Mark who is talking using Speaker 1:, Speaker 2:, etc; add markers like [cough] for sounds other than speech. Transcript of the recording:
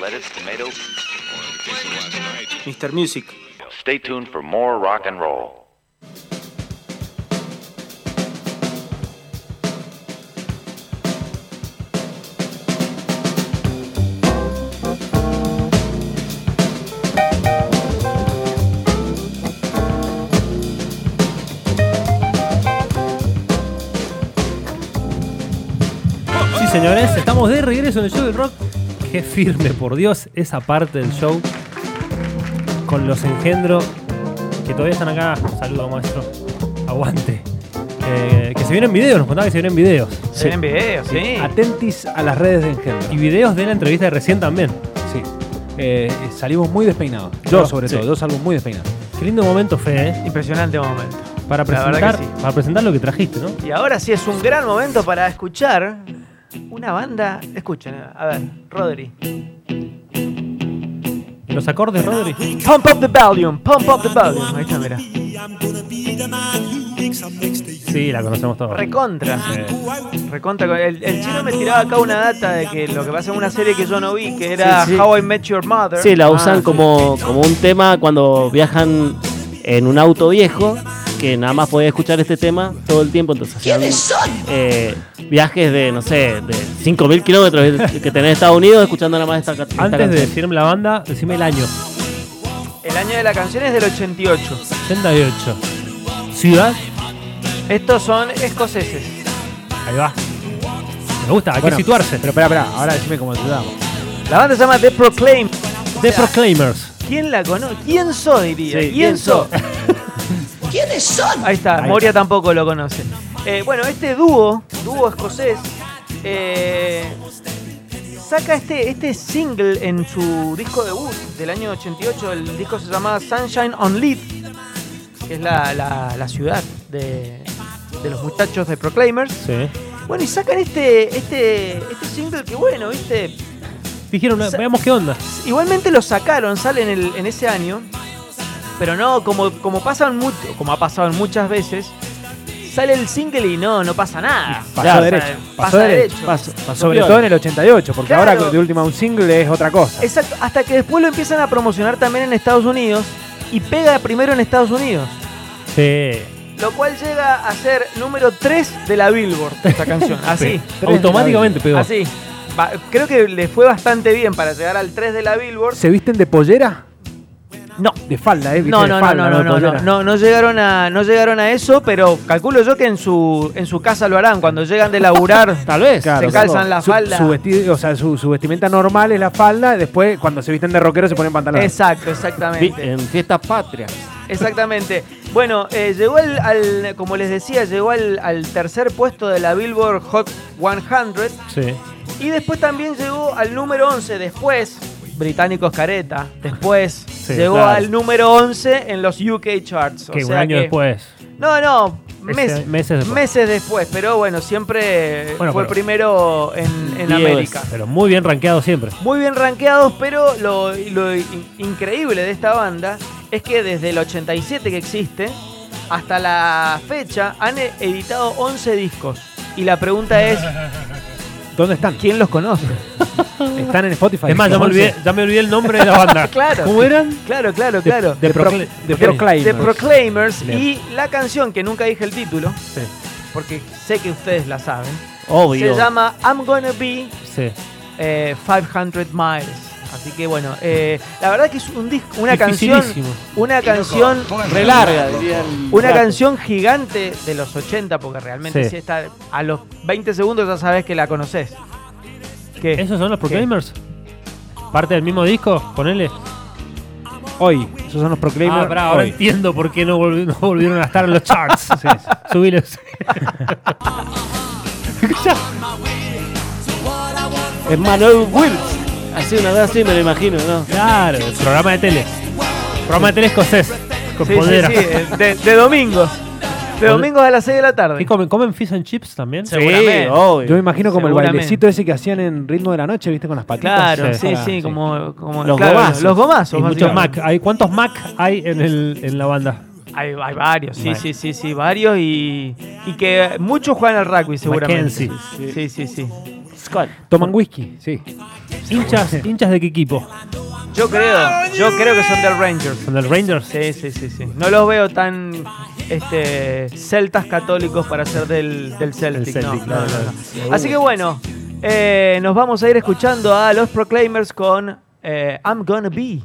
Speaker 1: lettuce, tomato.
Speaker 2: Mr. Music.
Speaker 1: Stay tuned for more rock and roll.
Speaker 3: Sí, señores, estamos de regreso en el show del rock. Qué firme, por Dios, esa parte del show. Con los engendros que todavía están acá. Saludo, maestro. Aguante. Eh, que se vienen videos, nos contaba que se vienen videos.
Speaker 4: Se ven videos, sí.
Speaker 5: Atentis a las redes de Engendro.
Speaker 3: Y videos de la entrevista de recién también.
Speaker 5: Sí. Eh, salimos muy despeinados. Yo,
Speaker 3: Yo,
Speaker 5: sobre
Speaker 3: sí.
Speaker 5: todo, yo salgo muy despeinado.
Speaker 3: Qué lindo momento, Fede, ¿eh?
Speaker 4: Impresionante momento.
Speaker 3: Para
Speaker 4: La verdad
Speaker 3: presentar,
Speaker 4: que sí.
Speaker 3: para presentar lo que trajiste, ¿no?
Speaker 4: Y ahora sí es un gran momento para escuchar una banda. Escuchen, a ver, Rodri.
Speaker 3: En los acordes, Rodri.
Speaker 4: Pump up the volume, pump up the volume. Ahí está, mira.
Speaker 3: Sí, la conocemos todos.
Speaker 4: Recontra.
Speaker 3: Eh,
Speaker 4: Recontra. con- El, el chino me tiraba acá una data de que lo que pasa en una serie que yo no vi, que era
Speaker 6: Sí, sí.
Speaker 4: How I Met Your Mother.
Speaker 6: Sí, la usan
Speaker 4: Ah, sí.
Speaker 6: como, como un tema cuando viajan en un auto viejo, que nada más podés escuchar este tema todo el tiempo. Entonces, hacían, eh, viajes de, no sé, de 5.000 kilómetros que tenés en Estados Unidos escuchando nada más esta, ca- esta
Speaker 3: Antes de
Speaker 6: canción.
Speaker 3: decirme la banda, decime el año.
Speaker 4: El año de la canción es del 88.
Speaker 3: 88. Ciudad.
Speaker 4: Estos son escoceses.
Speaker 3: Ahí va. Me gusta, hay
Speaker 5: Bueno,
Speaker 3: que situarse.
Speaker 5: Pero pará, pará, ahora decime cómo ayudamos.
Speaker 4: La banda se llama The Proclaim.
Speaker 3: The Proclaimers.
Speaker 4: ¿Quién la conoce? ¿Quién so diría?
Speaker 3: Sí,
Speaker 4: ¿Quién
Speaker 3: ¿quién
Speaker 4: so? [laughs] Ahí está, Moria tampoco lo conoce. Eh, bueno, este dúo, dúo escocés, eh, saca este, este single en su disco debut del año 88. El disco se llama Sunshine on Lead, que es la, la- la ciudad de, de los muchachos de Proclaimers.
Speaker 3: Sí.
Speaker 4: Bueno, y sacan este, este, este single que, bueno, viste,
Speaker 3: Dijeron,
Speaker 4: Sa-
Speaker 3: veamos qué onda.
Speaker 4: Igualmente lo sacaron, salen el- en ese año, pero no, como, como, pasan mu- como ha pasado muchas veces, sale el single y no, no pasa nada.
Speaker 5: Pasó
Speaker 4: Claro,
Speaker 5: derecho.
Speaker 4: o sea,
Speaker 5: pasó
Speaker 4: pasa
Speaker 5: derecho.
Speaker 4: derecho.
Speaker 5: Pasó- sobre todo en el 88, porque
Speaker 4: Claro.
Speaker 5: ahora de última un single es otra cosa.
Speaker 4: Exacto, hasta que después lo empiezan a promocionar también en Estados Unidos y pega primero en Estados Unidos,
Speaker 3: Sí.
Speaker 4: lo cual llega a ser número 3 de la Billboard, esta
Speaker 5: [laughs]
Speaker 4: canción, así.
Speaker 5: Tres
Speaker 3: Automáticamente pegó.
Speaker 4: Así. Va- creo que le fue bastante bien para llegar al 3 de la Billboard.
Speaker 5: ¿Se visten de pollera?
Speaker 4: No,
Speaker 5: De falda, ¿eh? Viste,
Speaker 4: No,
Speaker 5: de
Speaker 4: no, no,
Speaker 5: falda,
Speaker 4: no, no, no,
Speaker 5: de
Speaker 4: no,
Speaker 5: pollera.
Speaker 4: no, no llegaron a, no llegaron a eso, pero calculo yo que en su, en su casa lo harán cuando llegan de laburar.
Speaker 6: Tal vez.
Speaker 5: Claro,
Speaker 4: se calzan la
Speaker 5: su-
Speaker 4: falda.
Speaker 5: Su, vesti- o sea, su, su vestimenta normal es la falda, después cuando se visten de rockero se ponen pantalones.
Speaker 4: Exacto,
Speaker 6: Vi-
Speaker 4: exactamente,
Speaker 6: En fiestas patrias.
Speaker 4: exactamente. Bueno, eh, llegó al, al- como les decía, llegó al, al tercer puesto de la Billboard Hot 100
Speaker 3: Sí.
Speaker 4: y después también llegó al número 11 después. Británicos careta. Después llegó
Speaker 3: claro.
Speaker 4: al número 11 en los UK charts. o
Speaker 3: que un
Speaker 4: sea
Speaker 3: año
Speaker 4: que-
Speaker 3: después.
Speaker 4: No, no,
Speaker 3: Ese-
Speaker 4: meses,
Speaker 3: meses después.
Speaker 4: meses después, pero bueno, siempre
Speaker 3: Bueno,
Speaker 4: fue
Speaker 3: pero-
Speaker 4: primero en, en
Speaker 6: Diez.
Speaker 4: América.
Speaker 3: Pero muy bien rankeado siempre.
Speaker 4: Muy bien rankeados, pero lo, lo in- increíble de esta banda es que desde el 87 que existe hasta la fecha han e- editado 11 discos. Y la pregunta
Speaker 3: [laughs]
Speaker 4: es,
Speaker 5: ¿Dónde están?
Speaker 4: ¿quién los conoce?
Speaker 5: [laughs] Están en Spotify.
Speaker 3: Es más, ya me,
Speaker 5: Entonces,
Speaker 3: olvidé, ya me olvidé el
Speaker 4: [laughs]
Speaker 3: nombre de la banda.
Speaker 4: Claro.
Speaker 3: ¿Cómo eran?
Speaker 4: Claro, claro, claro.
Speaker 3: The
Speaker 5: Pro-
Speaker 3: Procla- Proclaim.
Speaker 5: The Proclaimers.
Speaker 4: The Proclaimers
Speaker 3: Bien.
Speaker 4: y la canción que nunca dije el título,
Speaker 3: Sí.
Speaker 4: porque sé que ustedes la saben,
Speaker 6: Obvio.
Speaker 4: se llama I'm Gonna Be
Speaker 3: Sí.
Speaker 4: eh, 500 Miles. Así que bueno, eh, la verdad que es un dis- una canción,
Speaker 3: Dificilísimo.
Speaker 4: una canción
Speaker 6: Re larga, diría el-
Speaker 4: una canción gigante de los 80, porque realmente
Speaker 3: Sí.
Speaker 4: si está a los 20 segundos ya sabes que la conoces. ¿Qué?
Speaker 3: ¿Esos son los Proclaimers? ¿Parte del mismo disco? Ponele.
Speaker 5: Hoy, esos son los Proclaimers.
Speaker 3: Ah, pará, ahora
Speaker 5: hoy.
Speaker 3: entiendo por qué no, volvi- no volvieron a estar en los
Speaker 4: [laughs]
Speaker 3: charts. sí, Subilos.
Speaker 6: Es Manuel Wills. Así una vez así me lo imagino, ¿no?
Speaker 3: Claro, programa de tele. Programa de tele escocés. Con
Speaker 4: Sí, sí,
Speaker 3: poder.
Speaker 4: sí, eh, de, de domingos. De
Speaker 3: Podera.
Speaker 4: domingos a las 6 de la tarde.
Speaker 3: [laughs] ¿Y comen, comen fish and chips también?
Speaker 4: Seguramente.
Speaker 6: obvio.
Speaker 5: Yo me imagino como el
Speaker 4: Seguramente.
Speaker 5: bailecito ese que hacían en Ritmo de la Noche, ¿viste? Con las patitas.
Speaker 4: Claro,
Speaker 3: Sí,
Speaker 4: sí,
Speaker 5: Para-
Speaker 4: sí, como, como-
Speaker 6: Los
Speaker 4: claro,
Speaker 6: gomazos.
Speaker 4: Los
Speaker 3: Y
Speaker 4: gomazos.
Speaker 3: muchos
Speaker 4: básicamente.
Speaker 3: Mac. ¿Hay, ¿Cuántos Mac hay en, el, en la banda?
Speaker 4: Hay, hay varios, sí,
Speaker 3: Mac.
Speaker 4: sí, sí, sí, varios y, y que muchos juegan al rugby seguramente. Sí,
Speaker 3: Mackenzie.
Speaker 4: sí, sí.
Speaker 6: Scott.
Speaker 5: Toman whisky, sí.
Speaker 3: Hinchas, hinchas de qué equipo?
Speaker 4: Yo creo, yo creo que son del Rangers.
Speaker 3: ¿Son del Rangers?
Speaker 4: Sí, sí, sí, sí. No los veo tan este, celtas católicos para ser del, del Celtic.
Speaker 3: Celtic,
Speaker 4: no, no,
Speaker 3: claro,
Speaker 4: no,
Speaker 3: claro.
Speaker 4: no. Así que bueno, eh, nos vamos a ir escuchando a los Proclaimers con eh, I'm Gonna Be.